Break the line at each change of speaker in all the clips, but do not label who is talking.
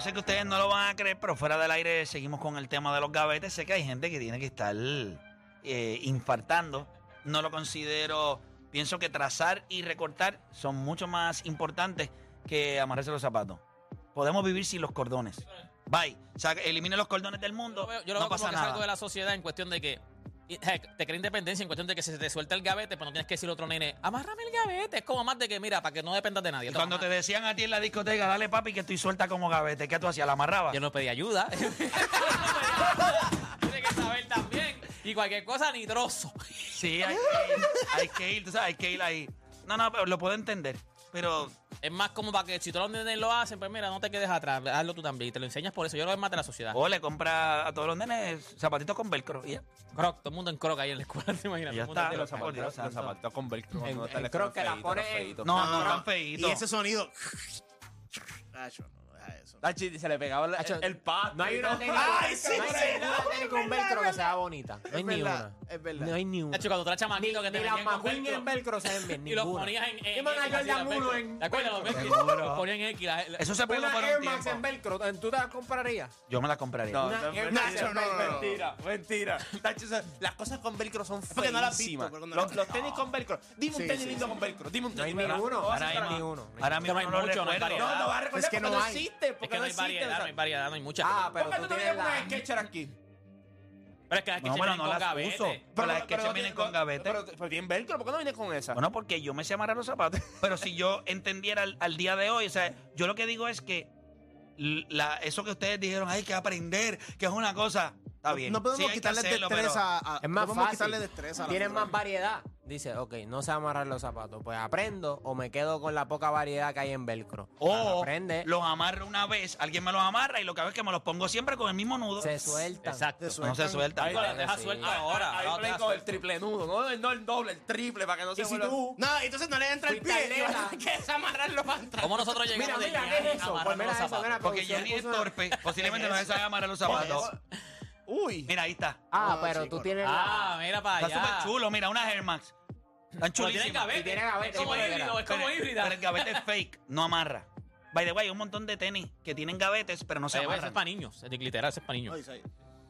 sé que ustedes no lo van a creer, pero fuera del aire seguimos con el tema de los gavetes. Sé que hay gente que tiene que estar eh, infartando. No lo considero. Pienso que trazar y recortar son mucho más importantes que amarrarse los zapatos. Podemos vivir sin los cordones. Bye. O sea, elimine los cordones del mundo.
Yo lo veo, yo
no
lo veo como
pasa
que es
nada.
algo de la sociedad en cuestión de que y, heck, te crea independencia en cuestión de que si se te suelta el gavete, pues no tienes que decir a otro nene, amárrame el gavete. Es como más de que, mira, para que no dependas de nadie.
Y cuando te decían a ti en la discoteca, dale papi que estoy suelta como gavete, ¿qué tú hacías? ¿La amarrabas?
Yo no pedí ayuda. Yo no pedí ayuda. Tienes que saber también. Y cualquier cosa, ni trozo.
Sí, hay que ir, hay que ir, tú sabes, hay que ir ahí. No, no, pero lo puedo entender. Pero
Es más como para que si todos los nenes lo hacen, pues mira, no te quedes atrás, hazlo tú también. Y te lo enseñas por eso. Yo lo veo más de la sociedad.
o le compra a todos los nenes zapatitos con velcro. y ya.
Croc, todo el mundo en croc ahí en la escuela, te imaginas.
Ya
Todo el mundo
está.
de
Por
los-
Dios
zapatos,
santo.
los zapatos con velcro. cuando
en-
están
creo que la
feitos,
pone-
están feitos.
No, no,
no,
tan
no.
feíto.
Y ese sonido.
Ah,
Nacho, no, deja eso.
Tachi, se le pegaba el,
Hacho,
el, el pato.
No hay una técnica.
¡Ay,
no
sí,
hay
sí!
ninguna técnica con velcro que sea bonita. No hay
Es
ni
verdad,
una.
es verdad.
No hay ni una.
Nacho, cuando tú eras chamaquito que te
Ni las
venían con
McQueen
velcro.
en velcro se ven bien.
Y los
ninguna.
ponías en. en
Yo me
X,
acuerdo
así,
de
los
uno
velcro.
en
¿Te acuerdas? Los
velcro.
velcro.
Seguro.
Los ponían en X. la- la-
Eso se pegó
Una
por
Air
un
Max en
tiempo.
velcro, ¿tú te las comprarías?
Yo me la compraría.
No,
Una-
eso es
Nacho,
mentira,
no, no, no.
mentira, mentira. Tachi, o sea, las cosas con velcro son
Porque no las has
feísimas.
visto, porque no las
los, los
has
tenis con velcro. Dime
Sí,
un tenis
sí,
lindo con velcro. Dime un
No hay
tenis.
ni
¿verdad?
uno.
No,
Ahora
no hay
mismo-
ni uno.
Ahora
que no
mismo
hay
no, lo
mucho, no hay
recuerdo.
variedad.
no lo vas a recordar
Es que
porque
no
no,
hay.
existe. Porque
Es que no hay
existe.
variedad,
o sea,
no hay variedad, no hay mucha.
Ah, pero
¿Por qué
tú
tú tienes
tienes
una
la-
sketcher aquí?
Pero es que las
No, pero
vienen
no
con
las
gavete.
uso. Pero las que se
no
vienen
tiene-
con gavete.
Pero, pero tienen velcro, ¿por qué no viene con esa?
Bueno, porque yo me sé amarrar los zapatos. Pero si yo entendiera al, al día de hoy, o sea, yo lo que digo es que l- la- eso que ustedes dijeron, hay que aprender, que es una cosa, está bien.
No
Sí,
podemos
hay que
quitarle
hacerlo, pero-
destreza a,
Es
no
más
podemos
fácil.
quitarle destreza a la
Tienes
mujer.
más variedad. Dice, ok, no sé amarrar los zapatos. Pues aprendo o me quedo con la poca variedad que hay en velcro.
O
aprende,
los amarro una vez, alguien me los amarra y lo que hago es que me los pongo siempre con el mismo nudo.
se suelta.
Exacto.
Te
no se
sueltan.
suelta.
Ahí-
Ahora, Deja
Sí.
suelta ahora.
Ahí
Ah,
ahora
play
deja
con el
suelta.
triple nudo, no, el- no el doble, el triple, para que no se
Y si
vuelva-
tú...
No, entonces no le entra el
Fuiste
pie.
atleta.
Que es amarrarlo para atrás.
¿Cómo nosotros
Mira,
llegamos de
mira, ¿qué
Gianni
es
a
eso? Pues
amarrar
mira
los
eso,
zapatos?
mira,
Porque
producción
Jenny es
puso una-
torpe, posiblemente no se sabe amarrar los zapatos.
Uy.
Mira, ahí está.
Ah,
Ah,
pero
chico,
tú
no.
tienes la...
Ah, mira para allá.
Está súper chulo, mira, unas Air Max. Están
Pero tiene
chulísimas.
gavete.
Y tiene gavete,
Es como
tiene
híbrido, es
gavete.
como
Pero-
híbrida.
Pero el gavete es fake, no amarra. By the way, hay un montón de tenis que tienen gavetes, pero no se
Oye, güey, Eso
amarran.
es para niños, literal, eso es para niños.
Ay, ay.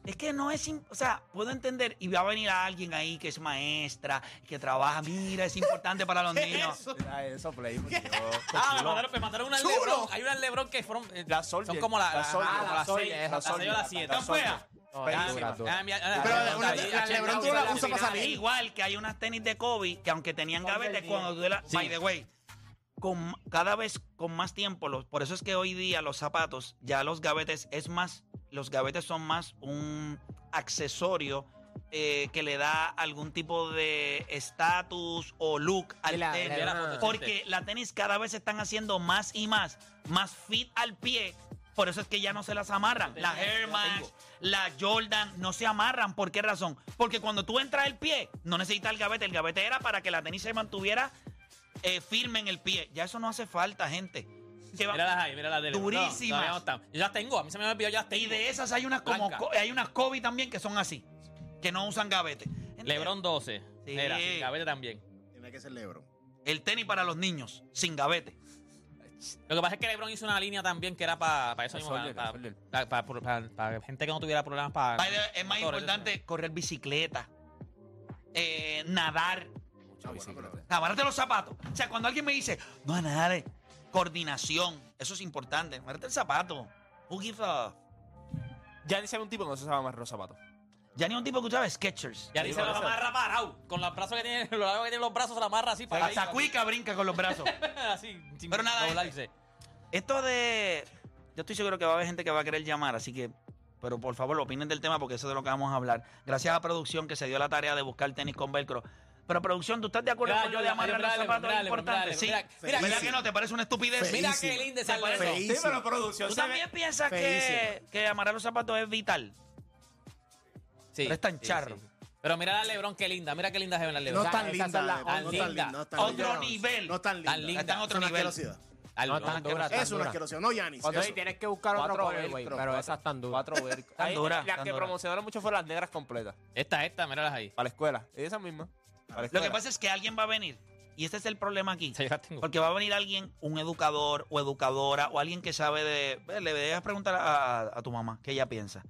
Es que no es, im- o sea, puedo entender y va a venir alguien ahí que es maestra, que trabaja, mira, es importante para los niños.
Eso.
Mira eso, play, por Dios.
Ah, me mandaron, me mandaron unas
Chulo.
Lebron. Hay unas Lebron que fueron. eh,
La Soldier.
Son como la-
La
la-
Soldier.
ah,
la
las
Soldier,
seis,
es la
las seis o
Soldier.
las siete.
La
¡Tan fea!
No,
Feísima.
dura, dura.
Ah, mira, ah,
Pero
ah,
una-
ah,
la
ah,
Lebron
ah,
tú la
ah,
usas
ah,
para
ah,
salir.
Igual que hay unas tenis de Kobe que aunque tenían gavetes cuando tú la- By the way, con, cada vez con más tiempo, los- por eso es que hoy día los zapatos, ya los gavetes es más, los gavetes son más un accesorio eh, que le da algún tipo de estatus o look al
Y la-
tenis.
la- la-
Porque la tenis cada vez se están haciendo más y más, más fit al pie. Por eso es que ya no se las amarran. Las Air Max, las Jordan, no se amarran. ¿Por qué razón? Porque cuando tú entras el pie, no necesitas el gavete. El gavete era para que la tenis se mantuviera eh, firme en el pie. Ya eso no hace falta, gente. Que va-
Míralas ahí, míralas de Lebron. No,
Durísimas.
todavía no están. Yo las tengo, a mí se me olvidó, yo las tengo.
y de esas hay unas como
Blanca.
co- hay unas Kobe también que son así, que no usan gavete. Gente,
Lebron 12.
Sí.
Mira, y Gavete también.
Tiene que ser Lebron.
El tenis para los niños, sin gavete.
Lo que pasa es que Lebron hizo una línea también que era para eso mismo,
Soldier,
para,
Soldier.
para- para- para- para gente que no tuviera problemas para...
By the way, Es más
motores,
importante correr bicicleta, eh, nadar,
Mucha bicicleta.
Amárrate los zapatos. O sea, cuando alguien me dice, no a nadar, eh, coordinación, eso es importante. Amárrate el zapato. Who gives a.
Ya dice un tipo que no se sabe amarrar los zapatos.
Ya ni un tipo que usaba Sketchers.
Ya dice,
Sí,
lo
por eso.
amarra parado. Con los brazos que tiene, lo largo que tiene los brazos, se la amarra así para...
Hasta cuica brinca con los brazos.
Así, sin
Pero nada,
doblarse.
Esto de. Yo estoy seguro que va a haber gente que va a querer llamar, así que. Pero por favor, opinen del tema porque eso es de lo que vamos a hablar. Gracias a producción que se dio la tarea de buscar tenis con velcro. Pero producción, ¿tú estás de acuerdo
Mira,
con yo
yo-
de amarrar
mira,
los
mira,
zapatos?
mira,
Es importante.
mira,
Sí.
mira,
Mira,
mira,
que no, te parece una estupidez.
Feísimo.
Mira qué lindo
Se parece.
ese
Sí,
Feísimo.
pero producción.
¿Tú
se
también
ve-
piensas que,
Feísimo.
que amarrar los zapatos es vital?
Sí,
Pero es tan
sí,
charro.
sí. Pero mira la Lebron, qué linda. Mira qué linda se ven las
No
Lebron.
Esa-
tan
esas
linda.
son las-
eh,
tan
No
linda.
tan linda. no tan
Otro
linda.
nivel.
No tan
Tan linda.
linda.
Está en otro
Es una
nivel.
asquerosidad.
Al-
No, tan dura, tan
Es una
dura.
asquerosidad. No, Yanis.
Cuando
eso.
sí, tienes que buscar otro
Cuatro
colorway,
velcro,
pero
cuatro-
esas están duras.
Cuatro velcro.
Tan
Ahí,
dura,
Las
tan
que
dura.
promocionaron mucho fueron las negras completas.
Esta, esta, míralas ahí.
Para la escuela. Esa misma. Para la
Lo
escuela.
que pasa es que alguien va a venir Y ese es el problema aquí.
Sí, yo las tengo.
Porque va a venir alguien, un educador o educadora o alguien que sabe de. ve, Le dejas preguntar a, a tu mamá qué ella piensa.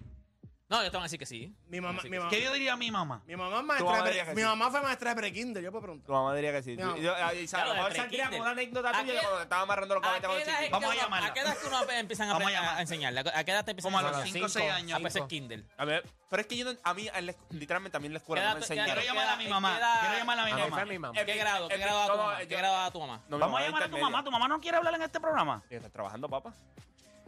No, ellos te van a decir que sí.
Mi mamá,
Así
mi
que-
mamá.
¿Qué yo diría a mi mamá?
Mi mamá es
Tu
maestra
mamá
de
diría que
pre- Mi
sí.
mamá fue maestra de prekinder, yo puedo
Tu
preguntar.
mamá diría que sí.
No.
Yo- yo- ay,
Claro,
¿sabes?
de
Vamos a ver, Shakira,
pre-kinder.
con una anécdota
¿A
tuya
qué-
cuando te estaba amarrando los
¿A
cabetes
qué, edad
cuando
es que
chiquito.
Vamos a
uno-
llamarla.
¿A qué edad es que uno empiezan a,
Vamos a
apre- a
llamarla.
enseñarle? ¿A qué edad te empiezan
Como a
enseñar? Ah, pues
los 5 o 6 años. pues.
A veces Kindle.
A ver, pero es que yo no, a mí, en la escu- literalmente a mí en la escuela no me
Quédate-
Quiero
enseñaron.
quédate-
llamar a mi mamá.
Queda-
Quiero llamar a mi
A mí fue
mamá.
mi mamá.
Eh,
¿Qué grado? ¿Qué
eh,
grado a tu
no,
mamá?
yo-
¿Qué grado a tu mamá?
No, mi
Vamos
mamá
a llamar
es
a tu
intermedia.
mamá. ¿Tu mamá no quiere hablar en este programa?
¿Estás trabajando, papá?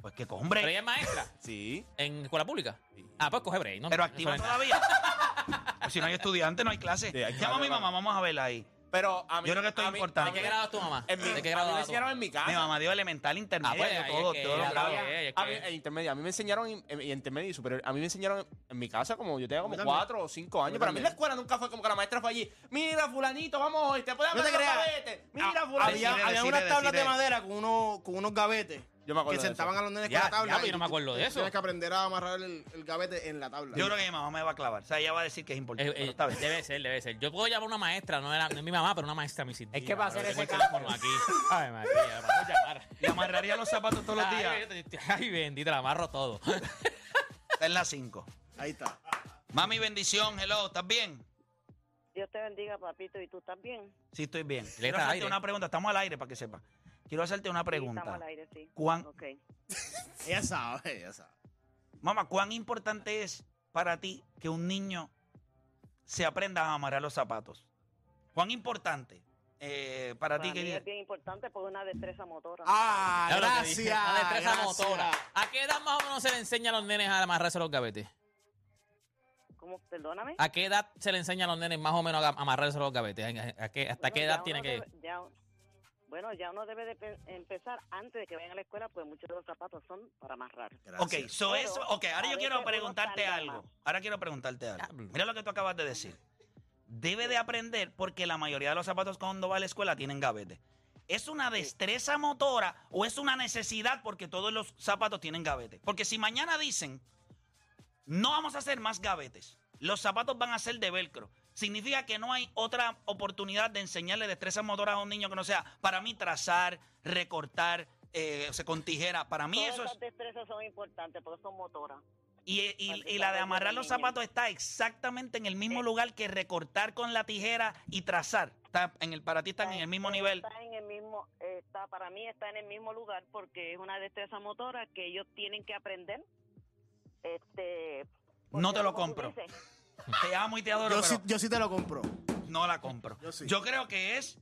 Pues que
Pero
hombre.
ella es maestra
Sí.
en escuela pública.
Sí.
Ah, pues coge break. No,
Pero
No
activa
suena nada.
todavía. Pues si no hay estudiante, no hay clase.
Sí, hay que
Llama a mi
hablar.
mamá, vamos a verla ahí.
Pero a mí.
Yo creo que esto es
a mí-
importante.
¿De qué
a mí-
grado es tu mamá?
En mi,
¿De qué grado
a mí me
es tu mamá?
enseñaron en mi casa.
Mi mamá dio elemental,
Ah, pues,
intermedio,
ahí
todo,
es que
todo
ella
lo que
sabe,
había.
ella es
A
que-
mí, en intermedia, a mí me enseñaron en, en- en intermedia y superior. A mí me enseñaron en, en mi casa como yo tenía como
Yo también.
cuatro o cinco años.
Yo
Pero a mí en la
también.
escuela nunca fue como que la maestra fue allí. Mira, fulanito, vamos hoy, te puedes
No te
hablar los
creas.
cabetes. Mira,
Ah,
fulanito.
había
Decide,
había
decide,
unas tablas de
decide.
madera con, unos- con unos gavetes
Yo me
que
acuerdo. de eso.
sentaban a los nenes
Ya,
con la tabla.
ya, pero yo
y
no me
tú-
acuerdo de
tú
eso.
Tienes que aprender a amarrar el, el gavete en la tabla.
Yo creo que mi mamá me va a clavar. O sea, ella va a decir que es
Eh,
importante.
eh,
pero está bien.
debe ser, debe ser. Yo puedo llamar a una maestra, no, era, no es mi mamá, pero una maestra me sirvió.
Es que va a ser
Tengo
ese
el teléfono
cambio.
aquí. Ay, María, vamos a llamar.
Le amarraría los zapatos todos los días.
Ay, ay, bendito, la amarro todo.
Está en las 5.
Ahí está.
Mami, bendición. Hello, ¿estás bien?
Dios te bendiga, papito, y tú también.
Sí, estoy bien.
Le
Quiero
está al
hacerte
aire.
una pregunta. Estamos al aire para que sepa. Quiero hacerte una
Sí, estamos al
pregunta. Ah,
aire, sí.
¿Cuán-
Ok.
Ella sabe, ella sabe.
mamá, ¿cuán importante es para ti que un niño se aprenda a amarrar los zapatos? ¿Cuán importante eh, para,
Para
ti
mí
que...
es bien importante porque es una destreza motora.
Ah,
Ya lo que dije,
gracias.
La destreza
gracias.
motora. ¿A qué edad más o menos se le enseña a los nenes a amarrarse los gavetes?
¿Cómo? Perdóname.
Ah,
¿A qué edad se le enseña a los nenes más o menos a amarrarse los gavetes? ¿A qué- ¿Hasta
Bueno,
qué
ya
edad
uno
tiene que...?
debe- ya- bueno, ya uno debe de pe- empezar antes de que vayan a la escuela, pues muchos de los zapatos son para amarrar.
Ok, so
Pero,
eso, ok, ahora
a
yo
veces
quiero
uno
preguntarte
tarda
algo.
más.
Ahora quiero preguntarte algo.
Diablo.
Mira lo que tú acabas de decir. Debe de aprender porque la mayoría de los zapatos cuando va a la escuela tienen gavete. ¿Es una destreza motora o es una necesidad porque todos los zapatos tienen gavete? Porque si mañana dicen, no vamos a hacer más gavetes, los zapatos van a ser de velcro, significa que no hay otra oportunidad de enseñarle destreza motora a un niño que no sea, para mí, trazar, recortar, eh, o sea, con tijera. Para mí
Todas
eso es...
esas destrezas son importantes porque son motoras.
Y, eh, y-
Así
y
está
la de
bien,
amarrar
bien,
los
bien.
zapatos está exactamente en el mismo lugar que recortar con la tijera y trazar. Está en el, para ti están en el mismo nivel.
Está en el mismo, está, para mí está en el mismo lugar porque es una destreza motora que ellos tienen que aprender. Este, porque
No te lo
como tú
compro.
dices,
Te amo y te adoro,
Yo
pero
sí, yo sí te lo compro.
no la compro.
Yo sí.
Yo creo que es.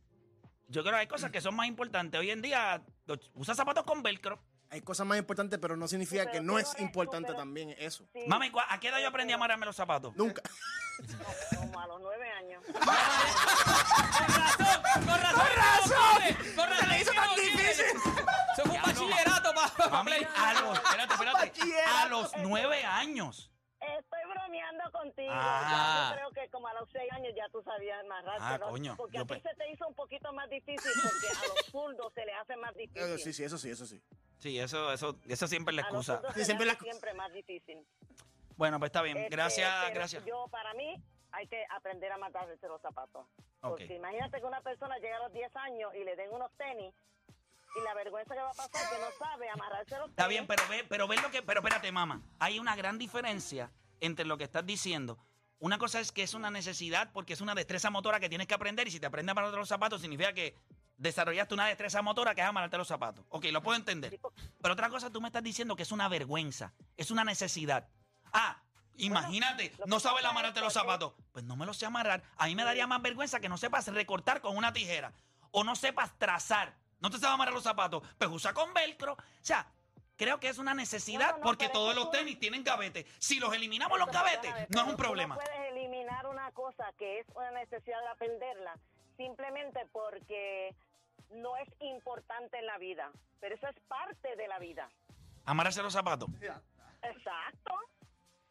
Yo creo que hay cosas que son más importantes. Hoy en día, los- usa zapatos con velcro.
Hay cosas más importantes, pero no significa
Sí, pero
que
tú
no
no
es
eres-
importante
tú, pero-
también eso.
sí,
Mami, ¿cu- ¿a qué edad yo aprendí a amarrarme los zapatos?
Nunca.
Como a los nueve años.
¡Con razón! ¡Con razón! ¡Con razón! ¡Con razón!
le hizo tan
Tío,
difícil!
tío. Eso fue un bachillerato para
Mami, a los, espérate, espérate. A los nueve años.
Estoy bromeando contigo.
Ah.
Ya, Yo creo que como a los seis años ya tú sabías amarrarte.
Ah,
¿no?
coño,
Porque
yo
a ti
pe-
se te hizo un poquito más difícil porque a los zurdos se les hace más difícil.
Eh, Sí, sí, eso sí, eso sí.
Sí, eso, eso, eso siempre es la
A los
excusa.
zurdos
Sí,
se
siempre
les
la
hace
excusa.
siempre más difícil.
Bueno, pues está bien.
Este,
Gracias,
pero
gracias.
Yo, para mí, hay que aprender a matarse los zapatos. Porque
Ok.
imagínate que una persona llega a los 10 años y le den unos tenis y la vergüenza que va a pasar que no sabe amarrarse los tenis.
Está bien, pero ve, pero ve lo que. Pero espérate, mamá. Hay una gran diferencia entre lo que estás diciendo. Una cosa es que es una necesidad porque es una destreza motora que tienes que aprender y si te aprendes a amarrarte los zapatos significa que desarrollaste una destreza motora que es amarrarte los zapatos. Ok, lo puedo entender. Pero otra cosa, tú me estás diciendo que es una vergüenza, es una necesidad. Ah, imagínate,
lo que
no sabes
pasa es
amarrarte los
que-
zapatos. Pues no me los sé amarrar. A mí me daría más vergüenza que no sepas recortar con una tijera o no sepas trazar. No te sabes amarrar los zapatos, pues usa con velcro. O sea, creo que es una necesidad
No, no,
porque
pero es
todos
que
los
tú-
tenis tienen gavetes. Si los eliminamos los
Perdóname,
gavetes, no
pero
es un
tú
problema.
No puedes eliminar una cosa que es una necesidad de aprenderla simplemente porque no es importante en la vida, pero eso es parte de la vida.
Amarrarse los zapatos.
Pues Exacto.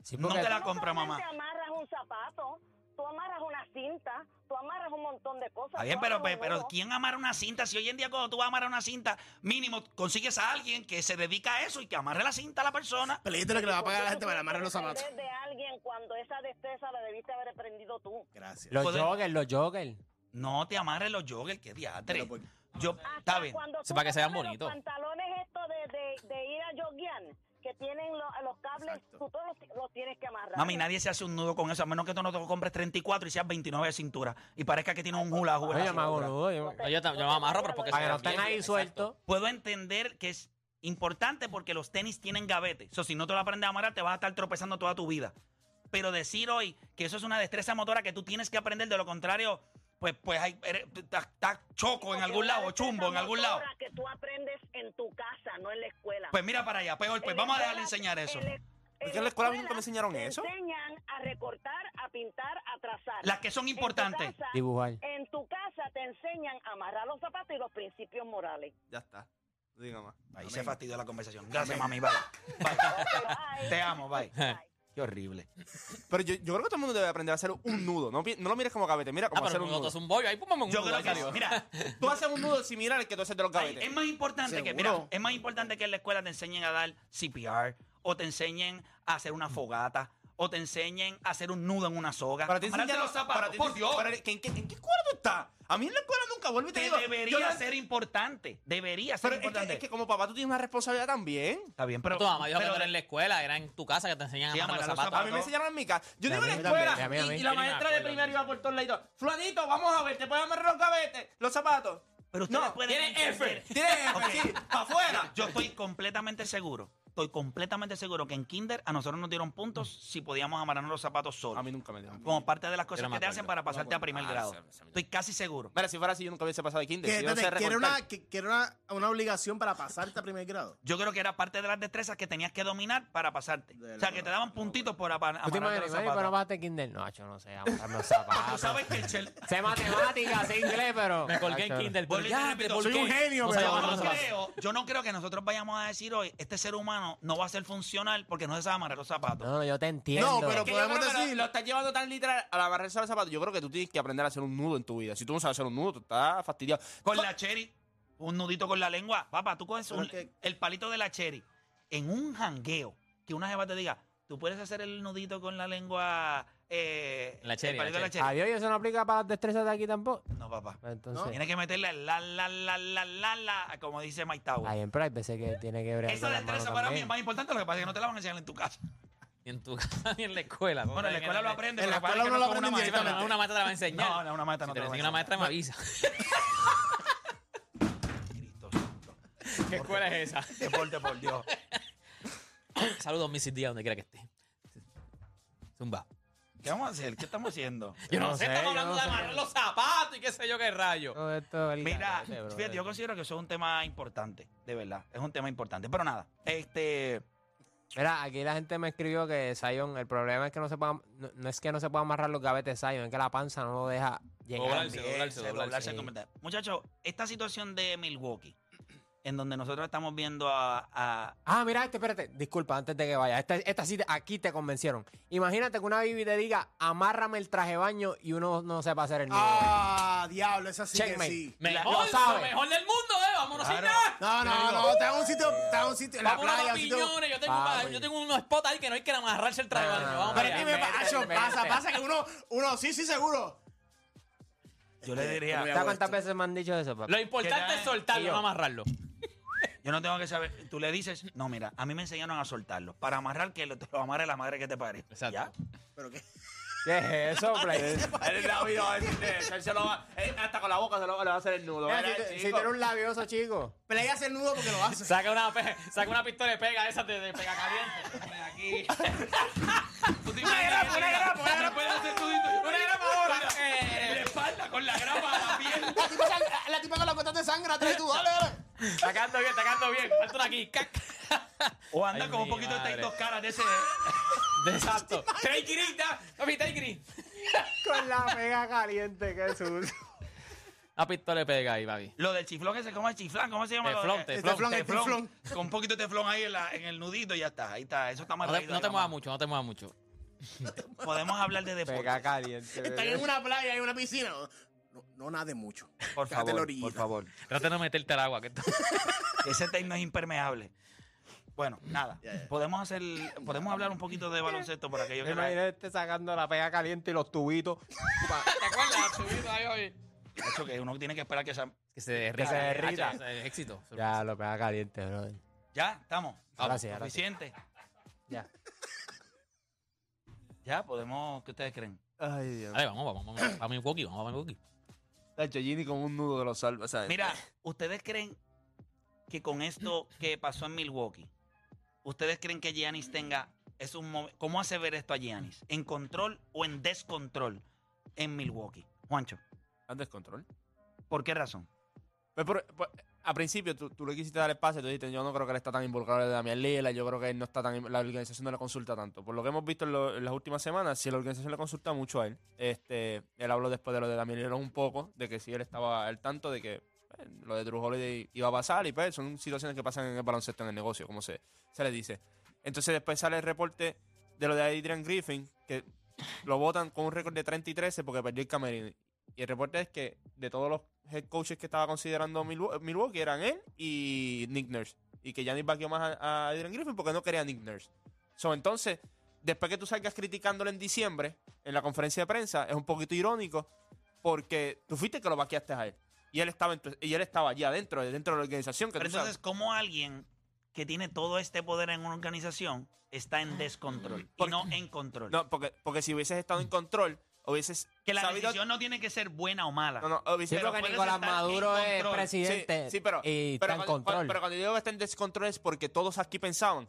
Sí,
No
porque-
te la
Tú
compra,
solamente
mamá.
amarras un zapato, tú amarras una cinta, tú amarras un montón de cosas.
Está bien,
tú
pero,
amarras
pe-
un
pero
nudo.
¿quién amarra una cinta? Si hoy en día cuando tú vas a amarrar una cinta, mínimo consigues a alguien que se dedica a eso y que amarre la cinta a la persona.
Pero dijiste lo que le va a pagar a la gente
Tú
para amarrar los
tienes que
zapatos.
aprender de alguien cuando esa destreza la debiste haber aprendido tú.
Gracias.
Los
Joder.
joggers, los joggers.
No te amarres los joggers, qué diatre.
Pero, pues,
Yo, está bien.
cuando
Sí,
tú
para que
te
se vean
pones
bonitos.
Los pantalones estos de, de- de ir a joggear, que tienen lo- los cables,
Exacto.
tú todos los, los tienes que amarrar.
Mami, nadie se hace un nudo con eso, a menos que tú no te compres 34 y seas 29 de cintura y parezca que tiene un hula hoop. en la
Oye, me hago
cintura.
nudo, yo-
No, yo, tam- yo me amarro, pero porque se
Para
Ah,
que no
ve
estén
bien,
ahí
exacto.
sueltos.
Puedo entender que es importante porque los tenis tienen gavete. Eso, si no te lo aprendes a amarrar, te vas a estar tropezando toda tu vida. Pero decir hoy que eso es una destreza motora que tú tienes que aprender, de lo contrario, pues, pues hay- eres- estás estás choco en
Porque
algún
una
lado,
destreza
chumbo en algún lado.
motora que tú aprendes en tu casa, no en la escuela.
Pues mira para allá, peor, pues
En
vamos a
la
dejarle
escuela-
enseñar eso.
en la-
¿Por qué en la escuela nunca me enseñaron
te
eso?
enseñan a recortar, a pintar, a trazar.
Las que son
En tu
importantes.
casa-
Dibujar.
En tu casa te enseñan a amarrar los zapatos y los principios morales.
Ya está. No diga más.
Ahí se fastidió la conversación. Gracias, mami. Bye. Bye. Te amo, bye. Qué horrible.
Pero yo, yo creo que todo el mundo debe aprender a hacer un nudo. No, pi- no lo mires como gavete, mira
Ah,
como
pero
hacer
no,
un
no,
nudo.
es un bollo. Ahí pum, pum, un
Yo
nudo,
creo
ahí
que
salió.
mira,
Tú haces un nudo similar al que tú haces de los
ay,
gavetes.
es más importante que mira,
Seguro.
es más importante que en la escuela te enseñen a dar CPR o te enseñen a hacer una fogata o te enseñen a hacer un nudo en una soga.
Para ti
Amarrarte
enseñar
los zapatos,
ti
por
enseñar-
Dios.
para- ¿que ¿en, qué, ¿En qué escuela tú estás? A mí en la escuela nunca vuelvo y te
Te
digo. yo
debería
no-
ser importante. Debería ser
Pero es que,
importante.
es que como papá tú tienes una responsabilidad también.
Está bien,
No,
pero.
Tu mamá dijo que
pero-
no era en la escuela, era en tu casa que te enseñan
Sí,
a amarrar los
amarrar los
zapatos.
A mí me
zapatos.
enseñaron en mi casa. Yo digo en la
mí también,
escuela
a mí, a mí.
y, y la
Yo ni me
maestra de
acuerdo.
primero iba por todos lados. Flanito, vamos a ver, ¿te puedes amarrar los gavetes? Los zapatos.
Pero ustedes
no,
pueden
tiene F,
entender.
tiene F,
Ok.
sí, para afuera.
Yo estoy completamente seguro, estoy completamente seguro que en kinder a nosotros nos dieron puntos si podíamos amarrarnos los zapatos solos.
nunca me dieron.
Como parte de las cosas
Yo no me
que te hacen para
acuerdo.
pasarte a primer
Ah,
grado.
se- se me olvidó.
Estoy casi seguro.
Mira, si fuera así, yo nunca hubiese pasado de kinder.
Que,
si yo sé
espérate, que era,
recortar.
una, que, que era una, una obligación para pasarte a primer grado.
Yo creo que era parte de las destrezas que tenías que dominar para pasarte.
De
O sea, que te daban
la-
puntitos por apa-
¿Tú Pues te
amarrarte
imaginas?
los
"Ey, pero
zapatos.
bajaste kinder. No, yo no sé, amarrarme los
Tú
zapatos.
sabes que el chel-
Sé matemáticas, sé inglés, pero...
Me colgué en
Acho, no.
Kindle.
Vuelvo y te repito,
soy un genio,
No
pero-
sabía
Yo
amarrar
no,
los zapatos.
creo, yo no creo que nosotros vayamos a decir hoy, este ser humano no va a ser funcional porque no se sabe amarrar los zapatos.
No, no, yo te entiendo.
No, pero-
Que yo creo
Podemos
que lo-
decir-
Lo estás llevando tan literal a la barra de los zapatos. Yo creo que tú tienes que aprender a hacer un nudo en tu vida. Si tú no sabes hacer un nudo, tú estás fastidiado.
Con la cherry, un nudito con la lengua. Papá, tú coges un-
Pero que-
el palito de la cherry en un jangueo. Que una jeva te diga, tú puedes hacer el nudito con la lengua. eh,
La cherry,
El palito
la
de la cherry.
Adiós, ¿y eso no aplica para las destrezas de aquí tampoco?
No, papá.
Entonces,
Tienes que meterle la, la, la, la, la, la, como dice Mike Tower.
ahí en Pride pensé que tiene que ver
Esa destreza para mí es más importante, lo que pasa es que no te la van a enseñar en tu casa.
Ni en tu casa ni en la escuela.
Bueno, en la escuela lo aprendes,
En la
pero pasa
escuela
que
uno
no
lo
con una
aprende
maestra.
No, una maestra te la va a enseñar.
No, no, una maestra no
Si
te
te la
la va a
enseña una maestra, me avisa.
Cristo santo.
¿Qué escuela es esa?
Deporte, por Dios.
Saludos, Mrs. Díaz, donde quiera que esté. Zumba.
¿Qué vamos a hacer? ¿Qué estamos haciendo?
Yo no,
No
sé,
sé,
estamos
yo
hablando
no
de
sé.
amarrar los zapatos y qué sé yo qué rayo.
Todo esto es el
Mira,
garete, bro.
fíjate, yo considero que eso es un tema importante, de verdad. Es un tema importante. Pero nada, este.
Mira, aquí la gente me escribió que Zion, el problema es que no se puede, no, no es que no se pueda amarrar los gavetes de Zion, es que la panza no lo deja llegar.
Doblarse, doblarse,
bien,
doblarse.
doblarse completamente. Muchachos, esta situación de Milwaukee, en donde nosotros estamos viendo a. a-
Ah, mira, este, espérate, disculpa, antes de que vaya. Esta, esta sí, te- aquí te convencieron. Imagínate que una baby te diga, amárrame el traje de baño y uno no sepa hacer el nudo.
Ah, diablo, esa sí que
Checkmate.
sí.
Lo
Mejor, lo,
sabe.
mejor del mundo, eh. Vámonos
Claro.
sin nada.
No, no, no, está en un sitio, está en un sitio, en la
Vamos a
playa,
los
un sitio.
piñones. Yo tengo, un-
Papi.
yo tengo unos spots ahí que no hay que amarrarse el traje. de baño. Vamos
Pero
allá.
dime,
Métete,
pa- eso pasa,
métete.
pasa que uno, uno, sí, sí, seguro.
yo le diría.
Yo
¿Sabes cuántas veces me han dicho eso, papá?
Lo importante
Que
es
ya-
soltarlo,
yo.
no amarrarlo.
Yo no tengo que saber. Tú le dices, no, mira, a mí me enseñaron a soltarlo. Para amarrar, que lo, te lo amarre la madre que te pare.
Exacto.
Ya.
Pero qué.
¿Qué es eso, Play?
El labio, este, él se lo va- él hasta con la boca se lo, le va a hacer el nudo.
Mira,
¿verdad,
si, te- si
chico?
tiene un labioso, chico.
Play hace el nudo porque lo hace.
Saca una, pe- saca una pistola de pega esa de, de pega caliente. Ponle aquí. ¿Tú te imaginas que
grapa, una
tenga-
grapa, una grapa.
después de hacer tu dito- Una grapa ahora.
La
Eh,
espalda con la grama a la piel.
La tipa, sang- la tipa con la cuenta de sangre atrás de tú, dale, dale.
Sacando bien, sacando bien. Falta una aquí. cac.
O anda
Ay,
con un
mi
poquito de
madre.
dos caras de ese.
Exacto. Take it in, da. Papi, take it in.
Con la pega caliente, qué susto.
Una pistola de pega ahí, papi.
Lo del chiflón que se come el chiflán, ¿cómo se llama?
Teflón,
Lo de-
teflón. El
teflón, el
Con un poquito de teflón ahí en, la- en el nudito y ya está. Ahí está, eso está más
No te, no te muevas mucho, no te muevas mucho.
Podemos hablar de
Pega
deporte.
caliente.
Están en una playa, en una piscina. No, no nade mucho.
Por
Quédate en la
favor,
orilla.
por favor.
Trata de no meterte al agua. Que esto-
Ese techno es impermeable. Bueno, nada. Podemos hacer, podemos hablar un poquito de baloncesto por aquello
Me
que la-
imagino este sacando la pega caliente y los tubitos. Pa-
¿Te acuerdas? Subito ahí, papi.
Hacho, que uno tiene que esperar que sea.
Que se derrita.
se
hacho,
derrita.
hacho, éxito.
Ya lo pega caliente, brother.
Ya, estamos.
Ah,
Ahora sí, ahora sí.
Suficiente.
Ya.
Ya, podemos. ¿Qué ustedes creen?
Ay, Dios.
Dale, vamos, vamos, vamos. Vamos a Milwaukee, vamos a Milwaukee.
Tacho, Gini con un nudo que lo salva. ¿sabes?
Mira, ¿ustedes creen que con esto que pasó en Milwaukee, ¿ustedes creen que Giannis tenga. Es un mom- ¿Cómo hace ver esto a Giannis? ¿En control o en descontrol en Milwaukee? Juancho,
Al descontrol.
¿por qué razón?
Pues, por- por- a principio tú, tú le quisiste dar espacio, tú dijiste, yo no creo que él está tan involucrado de Damián Lila, yo creo que él no está tan, la organización no le consulta tanto. Por lo que hemos visto en, lo- en las últimas semanas, si la organización le consulta mucho a él, este, él habló después de lo de Damián Lila un poco, de que si él estaba al tanto de que pues, lo de Drew Holiday iba a pasar y pues son situaciones que pasan en el baloncesto, en el negocio, como se, se le dice. Entonces después sale el reporte de lo de Adrian Griffin, que lo votan con un récord de 30 y 13 porque perdió el camerino. Y el reporte es que de todos los head coaches que estaba considerando Milwa- Milwaukee eran él y Nick Nurse. Y que Giannis vaqueó más a, a Adrian Griffin porque no quería a Nick Nurse. So, entonces, después que tú salgas criticándolo en diciembre, en la conferencia de prensa, es un poquito irónico porque tú fuiste el que lo vaqueaste a él. Y él estaba, en tu- y él estaba allí adentro, dentro de la organización. Que
Pero
tú sabes.
entonces, ¿cómo alguien que tiene todo este poder en una organización está en descontrol y
Porque-
no en control?
No, porque, porque si hubieses estado en control, hubieses
que la
sabido-
decisión no tiene que ser buena o mala.
No, no, hubieses-
Sí,
Pero
porque
puedes
Nicolás
estar en
Maduro es
control.
Sí,
presidente
sí, pero,
y
pero
está en
cuando, cuando-
control.
pero cuando digo que está en descontrol es porque todos aquí pensaban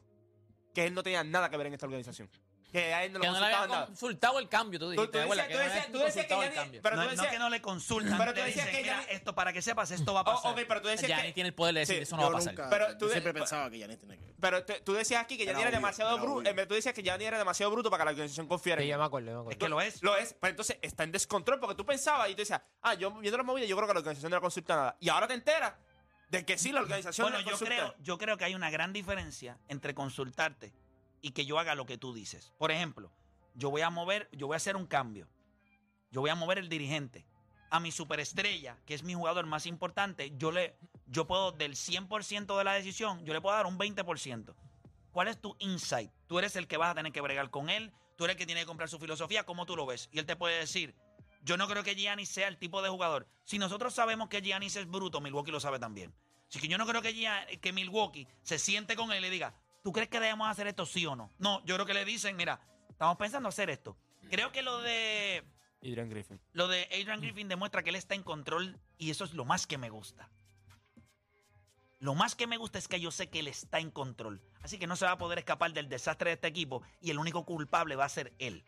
que él no tenía nada que ver en esta organización. Que a él no
Que
lo
no le habían
consultaban nada.
consultado el cambio, tú dijiste.
tú
¿te acuerdas?
decías- tú
no le
decías-
habían
tú decías que
consultado el
Gianni-
cambio.
pero tú
no, no
decías-
que no le consultan,
pero tú
le
decías
dicen,
que
mira,
Gianni-
esto para que sepas, esto va a
Oh,
pasar.
ok, pero tú decías
Gianni
que...
tiene el poder de decir,
Sí,
eso no
Yo
va a pasar.
nunca,
Pero
yo
tú de-
siempre
pa-
pensaba que Giannis tenía que ver.
Pero te- tú decías aquí que
Era
Gianni era,
obvio,
demasiado
era
bruto.
obvio.
tú decías que Gianni era demasiado bruto para que la organización confiara. en
Sí,
él.
yo me acuerdo, yo me acuerdo.
es que lo es.
Lo es, pero entonces está en descontrol porque tú pensabas y tú decías, ah, yo viendo las movidas, yo creo que la organización no le consulta nada. Y ahora te enteras de que sí, la organización
Bueno,
le
yo
consulta.
creo, yo creo que hay una gran diferencia entre consultarte y que yo haga lo que tú dices. Por ejemplo, yo voy a mover, yo voy a hacer un cambio. Yo voy a mover el dirigente. A mi superestrella, que es mi jugador más importante, yo le yo puedo del 100% de la decisión, yo le puedo dar un 20%. ¿Cuál es tu insight? Tú eres el que vas a tener que bregar con él, tú eres el que tiene que comprar su filosofía, ¿cómo tú lo ves? Y él te puede decir, yo no creo que Giannis sea el tipo de jugador. Si nosotros sabemos que Giannis es bruto, Milwaukee lo sabe también. Así que yo no creo que, Gia- que Milwaukee se siente con él y le diga, ¿tú crees que debemos hacer esto sí o no? No, yo creo que le dicen, mira, estamos pensando hacer esto. Creo que lo de
Adrian Griffin.
lo de Adrian Griffin demuestra que él está en control y eso es lo más que me gusta. Lo más que me gusta es que yo sé que él está en control. Así que no se va a poder escapar del desastre de este equipo y el único culpable va a ser él.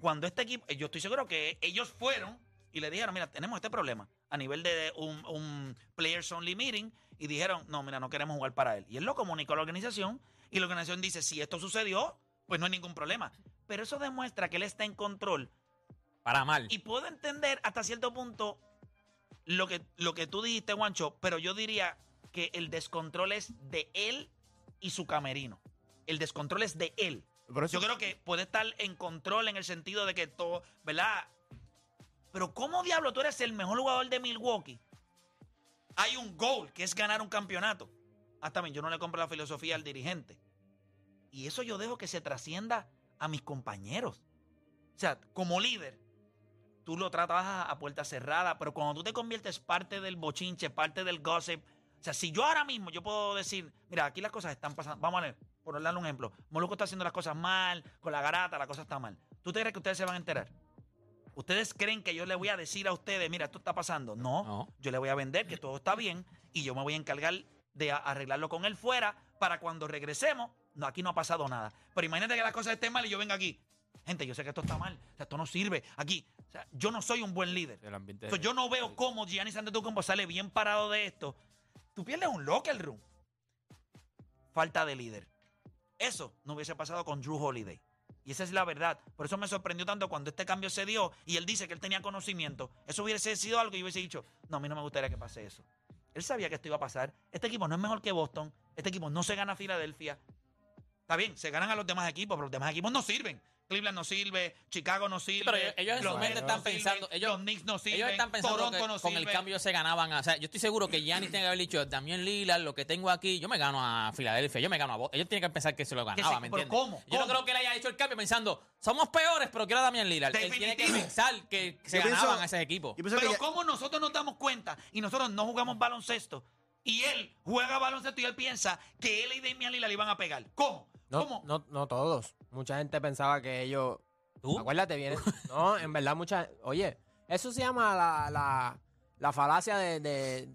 Cuando este equipo, yo estoy seguro que ellos fueron y le dijeron, mira, tenemos este problema a nivel de un, un Players Only Meeting y dijeron, no, mira, no queremos jugar para él. Y él lo comunicó a la organización y la organización dice, si esto sucedió, pues no hay ningún problema. Pero eso demuestra que él está en control
Para mal.
y puedo entender hasta cierto punto lo que, lo que tú dijiste, Juancho, pero yo diría que el descontrol es de él y su camerino. El descontrol es de él.
Pero
Yo creo que puede estar en control en el sentido de que todo, ¿verdad? Pero ¿cómo diablo tú eres el mejor jugador de Milwaukee? Hay un goal que es ganar un campeonato. Hasta bien, yo no le compro la filosofía al dirigente. Y eso yo dejo que se trascienda a mis compañeros. O sea, como líder, tú lo tratas a- a puerta cerrada, pero cuando tú te conviertes parte del bochinche, parte del gossip, o sea, si yo ahora mismo yo puedo decir, mira, aquí las cosas están pasando, vamos a ver, por darle un ejemplo, Moluco está haciendo las cosas mal, con la garata, la cosa está mal. ¿Tú te crees que ustedes se van a enterar? ¿Ustedes creen que yo le voy a decir a ustedes, mira, esto está pasando? No,
No.
yo le voy a vender que todo está bien y yo me voy a encargar de a- arreglarlo con él fuera para cuando regresemos, no, aquí no ha pasado nada. Pero imagínate que las cosas estén mal y yo venga aquí. Gente, yo sé que esto está mal, o sea, esto no sirve. Aquí, o sea, yo no soy un buen líder.
El ambiente...
So, yo no veo cómo Giannis Antetokounmpo sale bien parado de esto. Tú pierdes un locker room. Falta de líder. Eso no hubiese pasado con Drew Holiday. Y esa es la verdad. Por eso me sorprendió tanto cuando este cambio se dio y él dice que él tenía conocimiento. Eso hubiese sido algo que yo hubiese dicho, no, a mí no me gustaría que pase eso. Él sabía que esto iba a pasar. Este equipo no es mejor que Boston. Este equipo no se gana a Filadelfia. Está bien, se ganan a los demás equipos, pero los demás equipos no sirven. Cleveland no sirve, Chicago no sirve.
pero ellos- ellos en
los
su mente
Mets
están
no sirven,
pensando- ellos-
los Knicks no sirven.
Ellos están pensando
Toronto
que
no
con
sirve.
el cambio se ganaban. O sea, yo estoy seguro que Giannis tiene que haber dicho, Damián Lillard, lo que tengo aquí, yo me gano a Filadelfia, yo me gano a Boston. Ellos tienen que pensar que se lo
se-
ganaba, ¿me
pero
entiendes?
¿cómo?
Yo no
¿Cómo?
creo que él haya hecho el cambio pensando, somos peores, pero quiero a Damián Lillard. Él tiene que
Definitivo.
pensar que se
Yo pienso-
ganaban a ese equipo.
Yo pienso que
Pero
ya-
como nosotros nos damos cuenta y nosotros no jugamos baloncesto y él juega baloncesto y él piensa que él y Damian Lillard le iban a pegar. ¿Cómo?
No,
¿Cómo?
no, no todos. Mucha gente pensaba que ellos.
¿Tú?
Acuérdate bien. No, en verdad, mucha. Oye, eso se llama la, la, la falacia de, de-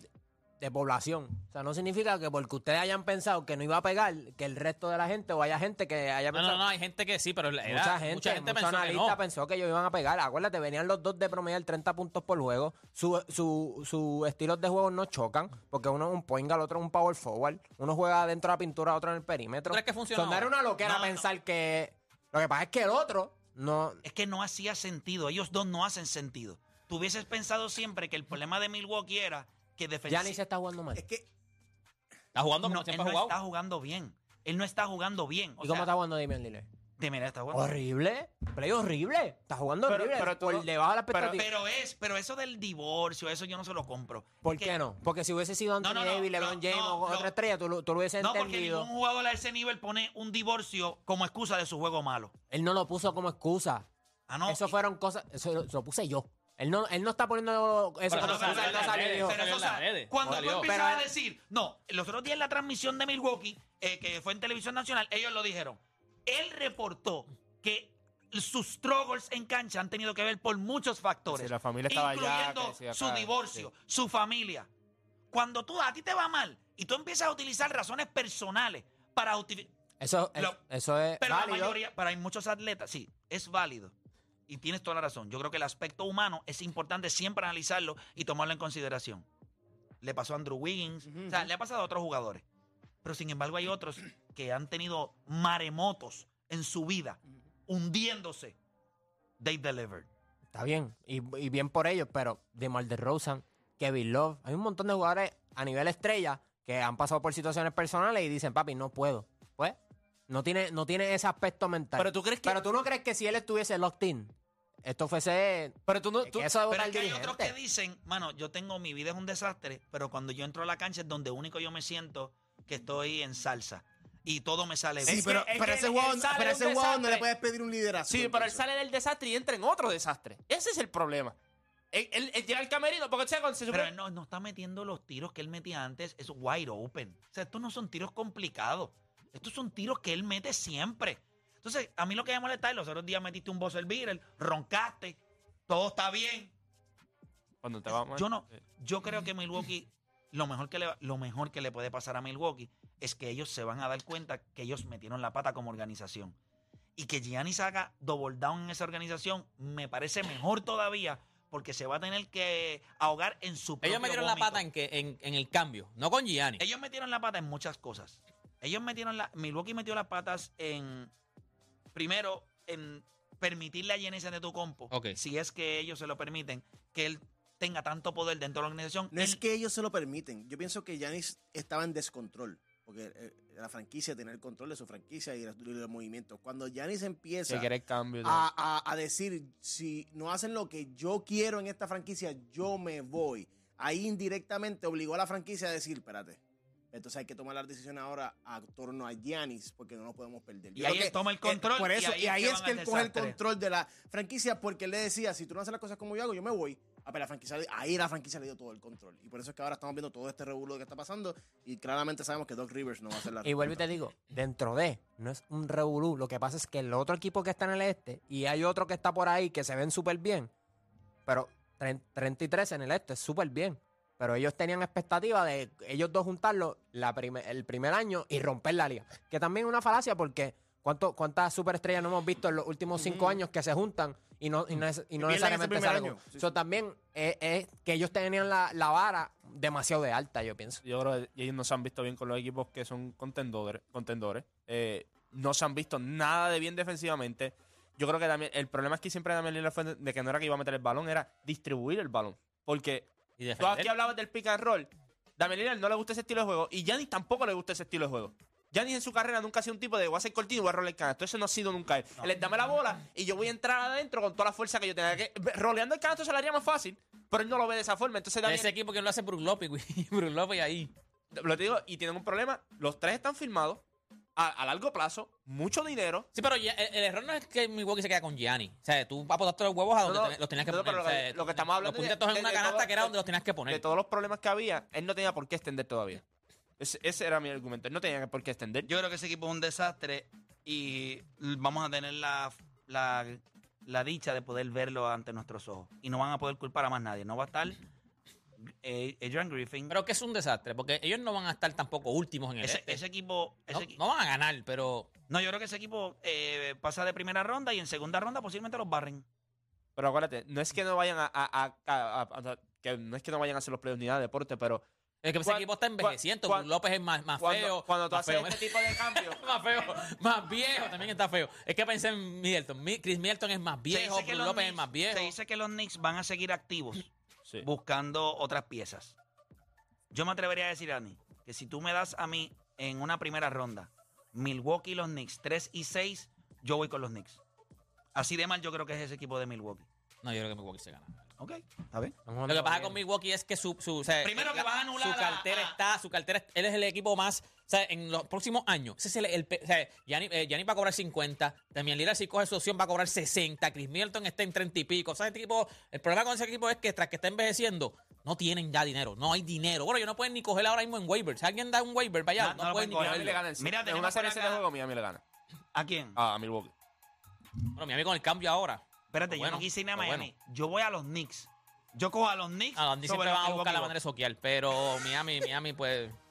de población. O sea, no significa que porque ustedes hayan pensado que no iba a pegar, que el resto de la gente o haya gente que haya
No,
pensado.
no, no, hay gente que sí, pero era-
Mucha gente, mucho
pensó que
analista
no.
pensó que ellos iban a pegar. Acuérdate, venían los dos de promediar 30 puntos por juego. Sus su, su estilos de juego no chocan, porque uno es un point guard, otro es un power forward. Uno juega dentro de la pintura, otro en el perímetro.
¿Tú crees que funciona
O sea, no era
ahora?
una loquera
No, no.
pensar que... Lo que pasa es que el otro no...
Es que no hacía sentido. Ellos dos no hacen sentido. Tú hubieses pensado siempre que el problema de Milwaukee era que
Ya ni se
defensivamente
está jugando mal.
es que
Está jugando como
no, él
siempre ha
no
jugado.
está jugando bien. Él no está jugando bien. O
¿Y cómo
sea,
está jugando Damian Lillard?
de manera está jugando.
Horrible. Play horrible. Está jugando
Pero-
horrible.
pero tú
por
no-
debajo de la
pero-
expectativa.
Pero es, pero eso del divorcio, eso yo no se lo compro.
¿Por
Que-
qué no? Porque si hubiese sido Anthony
No, no, no,
Davis, LeBron
no,
James
no,
o otra
no.
estrella, tú lo, tú lo hubieses
No, porque
entendido.
ningún jugador a ese nivel pone un divorcio como excusa de su juego malo.
Él no lo puso como excusa.
Ah, no.
Eso fueron cosas. Eso lo, lo puse yo. Él no, él no está poniendo eso
Pero
como
eso
excusa,
salió
él
en
no
las
salió y
redes,
dijo,
Pero
Salió
eso
en las
sal-
redes.
cuando
Salió.
tú empiezas
Pero-
a decir, no, los otros días en la transmisión de Milwaukee, eh, que fue en televisión nacional, ellos lo dijeron. Él reportó que sus struggles en cancha han tenido que ver por muchos factores.
Sí, la familia estaba allá,
incluyendo
que sí, acá,
su divorcio, su familia. Cuando tú a ti te va mal y tú empiezas a utilizar razones personales para justificar.
Eso, es-
Lo-
eso es
Pero la
válido.
mayoría, pero hay muchos atletas, sí, es válido. Y tienes toda la razón. Yo creo que el aspecto humano es importante siempre analizarlo y tomarlo en consideración. Le pasó a Andrew Wiggins, o sea, le ha pasado a otros jugadores. Pero sin embargo hay otros que han tenido maremotos en su vida, hundiéndose. They delivered.
Está bien. Y, y bien por ellos, pero DeMar DeRozan, Kevin Love, hay un montón de jugadores a nivel estrella que han pasado por situaciones personales y dicen, papi, no puedo. Pues, no tiene, no tiene ese aspecto mental.
Pero tú crees que-
Pero tú no crees que si él estuviese locked in, esto fuese.
Pero tú no.
es
tú-
que eso de
Pero
votar
es que hay otros que
dirigente.
dicen, mano, yo tengo mi vida es un desastre, pero cuando yo entro a la cancha es donde único yo me siento que estoy en salsa y todo me sale bien.
Sí, pero,
es que
pero
él-
ese
él
jugador,
sale
pero
de un
ese jugador no le
desastre.
puedes pedir un liderazgo.
Sí, pero él
entonces.
sale del desastre y entra en otro desastre. Ese es el problema. Él, él- él llega al camerino porque o sea, cuando se
Pero
supone-
él no, no está metiendo los tiros que él metía antes, es wide open. O sea, estos no son tiros complicados. Estos son tiros que él mete siempre. Entonces, a mí lo que me molesta es los otros días metiste un buzzer beater, roncaste, todo está bien.
Cuando te va mal.
Yo no, yo creo que Milwaukee, lo mejor que, le, va- lo mejor que le puede pasar a Milwaukee es que ellos se van a dar cuenta que ellos metieron la pata como organización. Y que Giannis haga double down en esa organización me parece mejor todavía porque se va a tener que ahogar en su propio
Ellos metieron la
vómito.
pata en, que, en, en el cambio, no con Gianni.
Ellos metieron la pata en muchas cosas. Ellos metieron la. Milwaukee metió las patas en. Primero, en permitirle a Jenison de tu compo.
Ok.
Si es que ellos se lo permiten, que él tenga tanto poder dentro de la organización.
No es
Él-
que ellos se lo permiten. Yo pienso que Yanis estaba en descontrol. Porque eh, la franquicia tenía el control de su franquicia y de los, de los movimientos. Cuando Yanis empieza
Que quiere el cambio. y todo.
a, a- a decir, si no hacen lo que yo quiero en esta franquicia, yo me voy. Ahí indirectamente obligó a la franquicia a decir, espérate, entonces hay que tomar la decisión ahora a torno a Giannis porque no nos podemos perder.
Y
Yo
ahí
creo
él toma el control,
eh, por
y
eso,
ahí
y ahí
es que van
es
al
que él coge el
desastre.
control de la franquicia porque él le decía, si tú no haces las cosas como yo hago, yo me voy. Ah, pero la franquicia, le- ahí la franquicia le dio todo el control. Y por eso es que ahora estamos viendo todo este revuelo que está pasando y claramente sabemos que Doc Rivers no va a hacer la
Y vuelvo y te digo, dentro de, no es un revolú. Lo que pasa es que el otro equipo que está en el este y hay otro que está por ahí que se ven súper bien. Pero 33 en el este es súper bien. Pero ellos tenían expectativa de ellos dos juntarlo la prime- el primer año y romper la liga. Que también es una falacia porque ¿cuánto, ¿cuántas superestrellas no hemos visto en los últimos cinco años que se juntan y no, y no, es- y no
Y pierden ese
necesariamente
primer
salen?
año.
con-
Sí,
So,
sí.
También es, es que ellos tenían la, la vara demasiado de alta, yo pienso.
Yo creo que ellos no se han visto bien con los equipos que son contendores. contendores. Eh, no se han visto nada de bien defensivamente. Yo creo que también el problema es que siempre Damián Lillard fue de que no era que iba a meter el balón, era distribuir el balón. Porque
y
tú
defender.
aquí hablabas del pick and roll. Damián Lillard no le gusta ese estilo de juego y Giannis tampoco le gusta ese estilo de juego. Yanis en su carrera nunca ha sido un tipo de voy a hacer cortito y voy a rolear el canasto. Eso no ha sido nunca él. Él es, dame la bola y yo voy a entrar adentro con toda la fuerza que yo tenga. Que, roleando el canasto se lo haría más fácil, pero él no lo ve de esa forma. Entonces,
De
Daniel,
ese equipo que lo hace Brook López, güey. Brook López ahí.
lo te digo, y tienen un problema. Los tres están firmados a, a largo plazo, mucho dinero.
Sí, pero ya- el, el error no es que Milwaukee se queda con Gianni. O sea, tú apostaste los huevos a donde
No, no,
te- los tenías que
no, no,
poner.
pero
o
lo que-
sea,
lo que estamos hablando
Los
es
pusiste todos en
de-
una
de
canasta
todo-
que era donde
de-
los tenías que poner.
de todos los problemas que había, él no tenía por qué extender todavía. Ese, ese era mi argumento. Él no tenía por qué extender.
Yo creo que ese equipo es un desastre y vamos a tener la, la, la dicha de poder verlo ante nuestros ojos. Y no van a poder culpar a más nadie. No va a estar eh, Adrian Griffin.
Pero que es un desastre, porque ellos no van a estar tampoco últimos en el
ese,
este.
ese equipo.
no,
ese equi-
no van a ganar, pero
No, yo creo que ese equipo eh, pasa de primera ronda y en segunda ronda posiblemente los barren.
Pero acuérdate, no es que no vayan a, a- a- a- a- a- que no es que no vayan a hacer los playoffs ni nada de deporte, pero
es que ese
Cuan-
equipo está
cuan-
envejeciendo.
cuan-
Brook López es más, más
cuando,
feo.
cuando tú
más
haces
feo.
este tipo de cambios,
más feo, más viejo, también está feo. Es que pensé en Middleton. Mi- Chris Middleton es más
Se
viejo,
dice que
Brook
los
López es
Knicks-
más viejo.
Se dice que los Knicks van a seguir activos
Sí.
buscando otras piezas. Yo me atrevería a decir, Ani, que si tú me das a mí en una primera ronda Milwaukee y los Knicks 3 y 6, yo voy con los Knicks. Así de mal yo creo que es ese equipo de Milwaukee.
No, yo creo que Milwaukee se gana.
Ok, a ver.
Están jugando
Lo que pasa
bien.
con Milwaukee es que su, su o sea,
Primero
eh,
que vas a anular
su cartera
a-
está, su cartera, él es el equipo más, o sea, en los próximos años, ese es el, el pe- o sea, Gianni, eh, Gianni va a cobrar 50, también Lillard si coge su opción va a cobrar 60, Chris Middleton está en 30 y pico, o sea, este equipo, el problema con ese equipo es que tras que está envejeciendo, no tienen ya dinero, no hay dinero. Bueno, ellos no pueden ni coger ahora mismo en waiver. Si alguien da un waiver, vaya,
No,
no,
no lo
pueden ni
pueden coger.
Miami
cogerlo.
le gana en
Mira,
en
tenemos
una
por
serie de
acá-
juego Miami le gana Ah,
¿A quién?
Ah,
a, a Milwaukee.
Bueno, mi amigo con el cambio ahora.
Espérate,
Pero bueno,
yo no quise irme a
pero
Miami. Yo voy a los Knicks. Yo cojo a los Knicks.
Ah, Andy
sobre
siempre
los
van a buscar la
Milwaukee
manera de soquear, pero Miami, Miami, pues.
Bucks.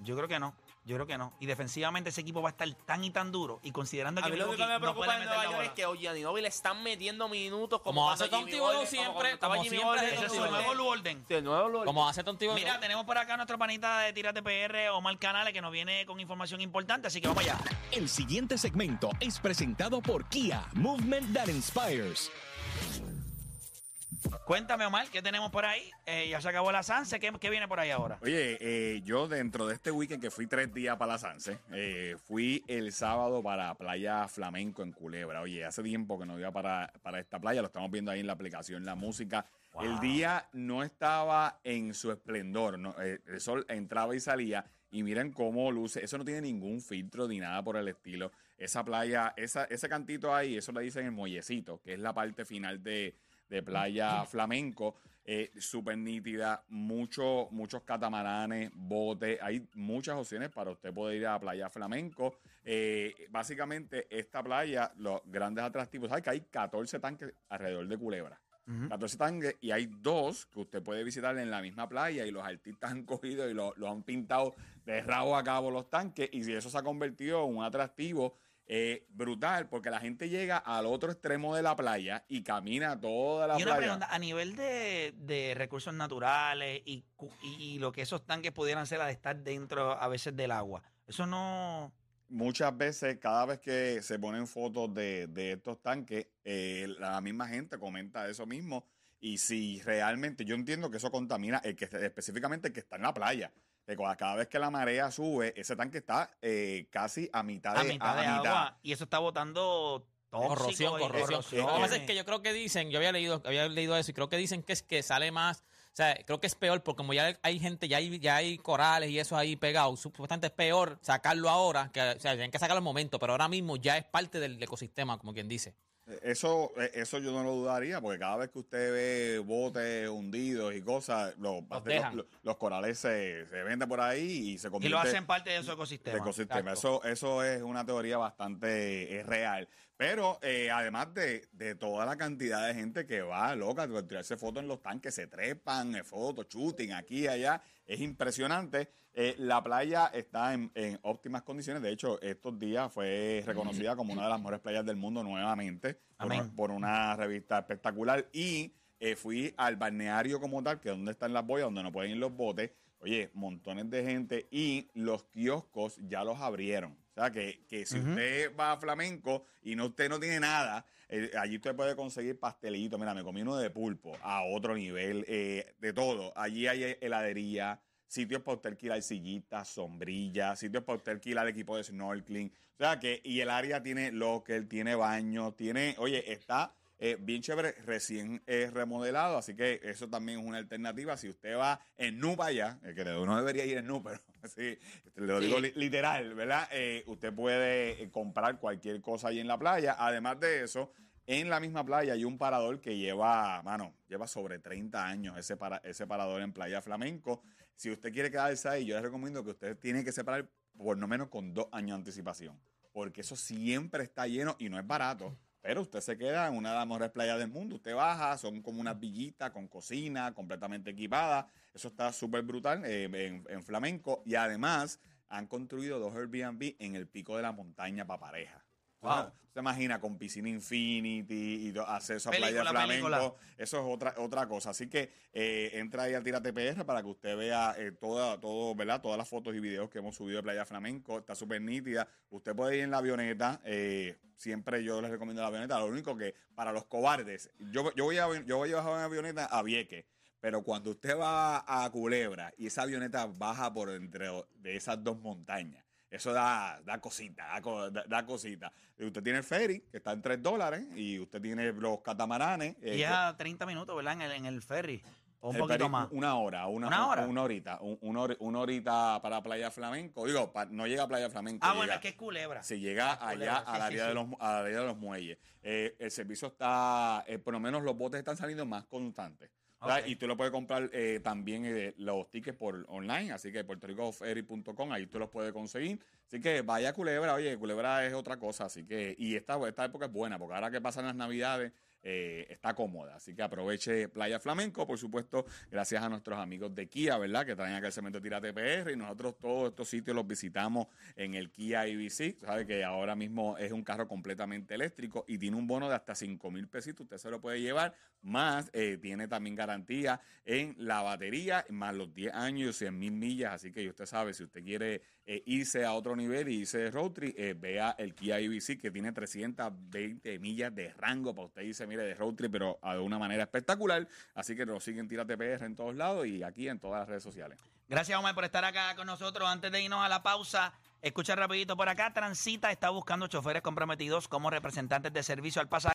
Yo creo que no. Yo creo que no. Y defensivamente ese equipo va a estar tan y tan duro. Y considerando
A
que
mí lo
Milwaukee
único que me
no
preocupa
puede
en
meter
Nueva
la
York es
bola.
que Ollanidovi le están metiendo minutos como,
Como
cuando
hace Tom
Jimmy
Thibodeau
Butler- como
siempre,
cuando estaba
como
Jimmy
siempre,
Butler en
ellos
Ese es
el
su
Nueva
nuevo
York.
Orden.
De nuevo lo-
Como hace Tontivo.
Mira, tenemos por acá a nuestro panita de Tírate PR, Omar Canales, que nos viene con información importante, así que vamos allá.
El siguiente segmento es presentado por Kia, Movement That Inspires.
Cuéntame, Omar, ¿qué tenemos por ahí? Eh, ya se acabó la Sanse, ¿qué, qué viene por ahí ahora?
Oye, eh, yo dentro de este weekend que fui tres días para la Sanse, eh, fui el sábado para Playa Flamenco en Culebra. Oye, hace tiempo que no iba para, para esta playa, lo estamos viendo ahí en la aplicación, la música. El día no estaba en su esplendor, no, eh, el sol entraba y salía y miren cómo luce, eso no tiene ningún filtro ni nada por el estilo. Esa playa, esa, ese cantito ahí, eso le dicen el muellecito, que es la parte final de, de Playa Flamenco. Eh, Súper nítida, mucho, muchos catamaranes, botes, hay muchas opciones para usted poder ir a Playa Flamenco. Eh, básicamente, esta playa, los grandes atractivos, ¿sabes que hay 14 tanques alrededor de Culebra? 14 tanques y hay dos que usted puede visitar en la misma playa y los artistas han cogido y lo, lo han pintado de rabo a cabo los tanques y eso se ha convertido en un atractivo eh, brutal porque la gente llega al otro extremo de la playa y camina toda la
Y una
playa.
pregunta, a nivel de, de recursos naturales y, cu- y- y lo que esos tanques pudieran ser al estar dentro a veces del agua, eso no...
Muchas veces, cada vez que se ponen fotos de, de estos tanques, eh, la misma gente comenta eso mismo. Y si realmente, yo entiendo que eso contamina, el que, específicamente el que está en la playa. Que cua- cada vez que la marea sube, ese tanque está eh, casi a mitad de,
a mitad de
a mitad.
agua y eso está botando tóxico
Corrosión,
y
corrosión.
Eh,
Lo que pasa es
eh.
que yo creo que dicen, yo había leído, había leído eso y creo que dicen que es que sale más. O sea, creo que es peor porque como ya hay gente, ya hay, ya hay corales y eso ahí pegado, supuestamente es peor sacarlo ahora, que, o sea, tienen que sacarlo al momento, pero ahora mismo ya es parte del ecosistema, como quien dice.
Eh, Eso, eh, eso yo no lo dudaría, porque cada vez que usted ve botes hundidos y cosas, los,
dejan.
los- los corales se, se venden por ahí y se
y lo
convierten
hacen parte de su ecosistema.
de ecosistema.
Exacto.
Eso, eso es una teoría bastante eh, real. Pero eh, además de, de toda la cantidad de gente que va loca a tirarse fotos en los tanques, se trepan, eh, fotos, shooting aquí y allá, es impresionante. Eh, la playa está en, en óptimas condiciones. De hecho, estos días fue reconocida como una de las mejores playas del mundo nuevamente por,
Amén.
por una revista espectacular. Y eh, fui al balneario como tal, que es donde están las boyas, donde no pueden ir los botes. Oye, montones de gente y los kioscos ya los abrieron. O sea, que, que si usted va a Flamenco y no usted no tiene nada, eh, allí usted puede conseguir pastelitos. Mira, me comí uno de pulpo a otro nivel, eh, de todo. Allí hay heladería, sitios para usted alquilar sillitas, sombrillas, sitios para usted alquilar equipo de snorkeling. O sea que, y el área tiene locker, tiene baño, tiene, oye, está eh, bien chévere, recién eh, remodelado, así que eso también es una alternativa. Si usted va en Nu para allá, eh, que no debería ir en Nu, pero sí, te lo digo li- literal, ¿verdad? Eh, usted puede eh, comprar cualquier cosa ahí en la playa. Además de eso, en la misma playa hay un parador que lleva, mano, lleva sobre 30 años ese, para, ese parador en Playa Flamenco. Si usted quiere quedarse ahí, yo les recomiendo que usted tiene que separar por lo menos con dos años de anticipación, porque eso siempre está lleno y no es barato. Pero usted se queda en una de las mejores playas del mundo. Usted baja, son como unas villitas con cocina, completamente equipada. Eso está súper brutal eh, en, en Flamenco. Y además han construido dos Airbnb en el pico de la montaña para pareja. Wow. ¿Se imagina con piscina infinity y do- acceso a
Película,
playa flamenco?
película.
Eso es otra, otra cosa. Así que eh, entra ahí a Tírate PR para que usted vea eh, toda, todo, ¿verdad? todas las fotos y videos que hemos subido de Playa Flamenco. Está súper nítida. Usted puede ir en la avioneta. eh, siempre yo les recomiendo la avioneta. Lo único que para los cobardes, yo, yo, voy, a, yo voy a bajar en avioneta a Vieque. Pero cuando usted va a Culebra y esa avioneta baja por entre o- de esas dos montañas, eso da, da cosita, da, co- da- da cosita. Y Usted tiene el ferry, que está en 3 dólares, y usted tiene los catamaranes. eh,
Y es a 30 minutos, ¿verdad? En el, en el ferry. O un
el
poquito
Perú,
más.
Una hora, una,
¿Una
un-
hora?
Una horita, un- una, hor- una horita para Playa Flamenco. Digo, pa- no llega a Playa Flamenco.
Ah, bueno,
llega-
es que es culebra.
se llega allá
culebra, sí,
al,
sí,
área
sí.
de los, al área de los muelles. Eh, el servicio está, eh, por lo menos los botes están saliendo más constantes. ¿verdad?
Ok.
Y tú lo puedes comprar eh, también eh, los tickets por online, así que puertorricoferry.com, ahí tú los puedes conseguir. Así que vaya a Culebra, oye, Culebra es otra cosa, así que, y esta, esta época es buena, porque ahora que pasan las navidades, eh, está cómoda. Así que aproveche Playa Flamenco, por supuesto, gracias a nuestros amigos de Kia, ¿verdad? Que traen acá el cemento Tírate PR y nosotros todos estos sitios los visitamos en el Kia IBC. Sabe que ahora mismo es un carro completamente eléctrico y tiene un bono de hasta 5 mil pesitos. Usted se lo puede llevar, más eh, tiene también garantía en la batería, más los 10 años, 100 mil millas. Así que ya usted sabe, si usted quiere eh, irse a otro nivel y irse de road trip, eh, vea el Kia IBC que tiene 320 millas de rango para usted irse, mire, de road trip, pero ah, de una manera espectacular. Así que nos siguen Tírate PR en todos lados y aquí en todas las redes sociales.
Gracias, Omar, por estar acá con nosotros. Antes de irnos a la pausa, escucha rapidito por acá. Transita está buscando choferes comprometidos como representantes de servicio al pasajero.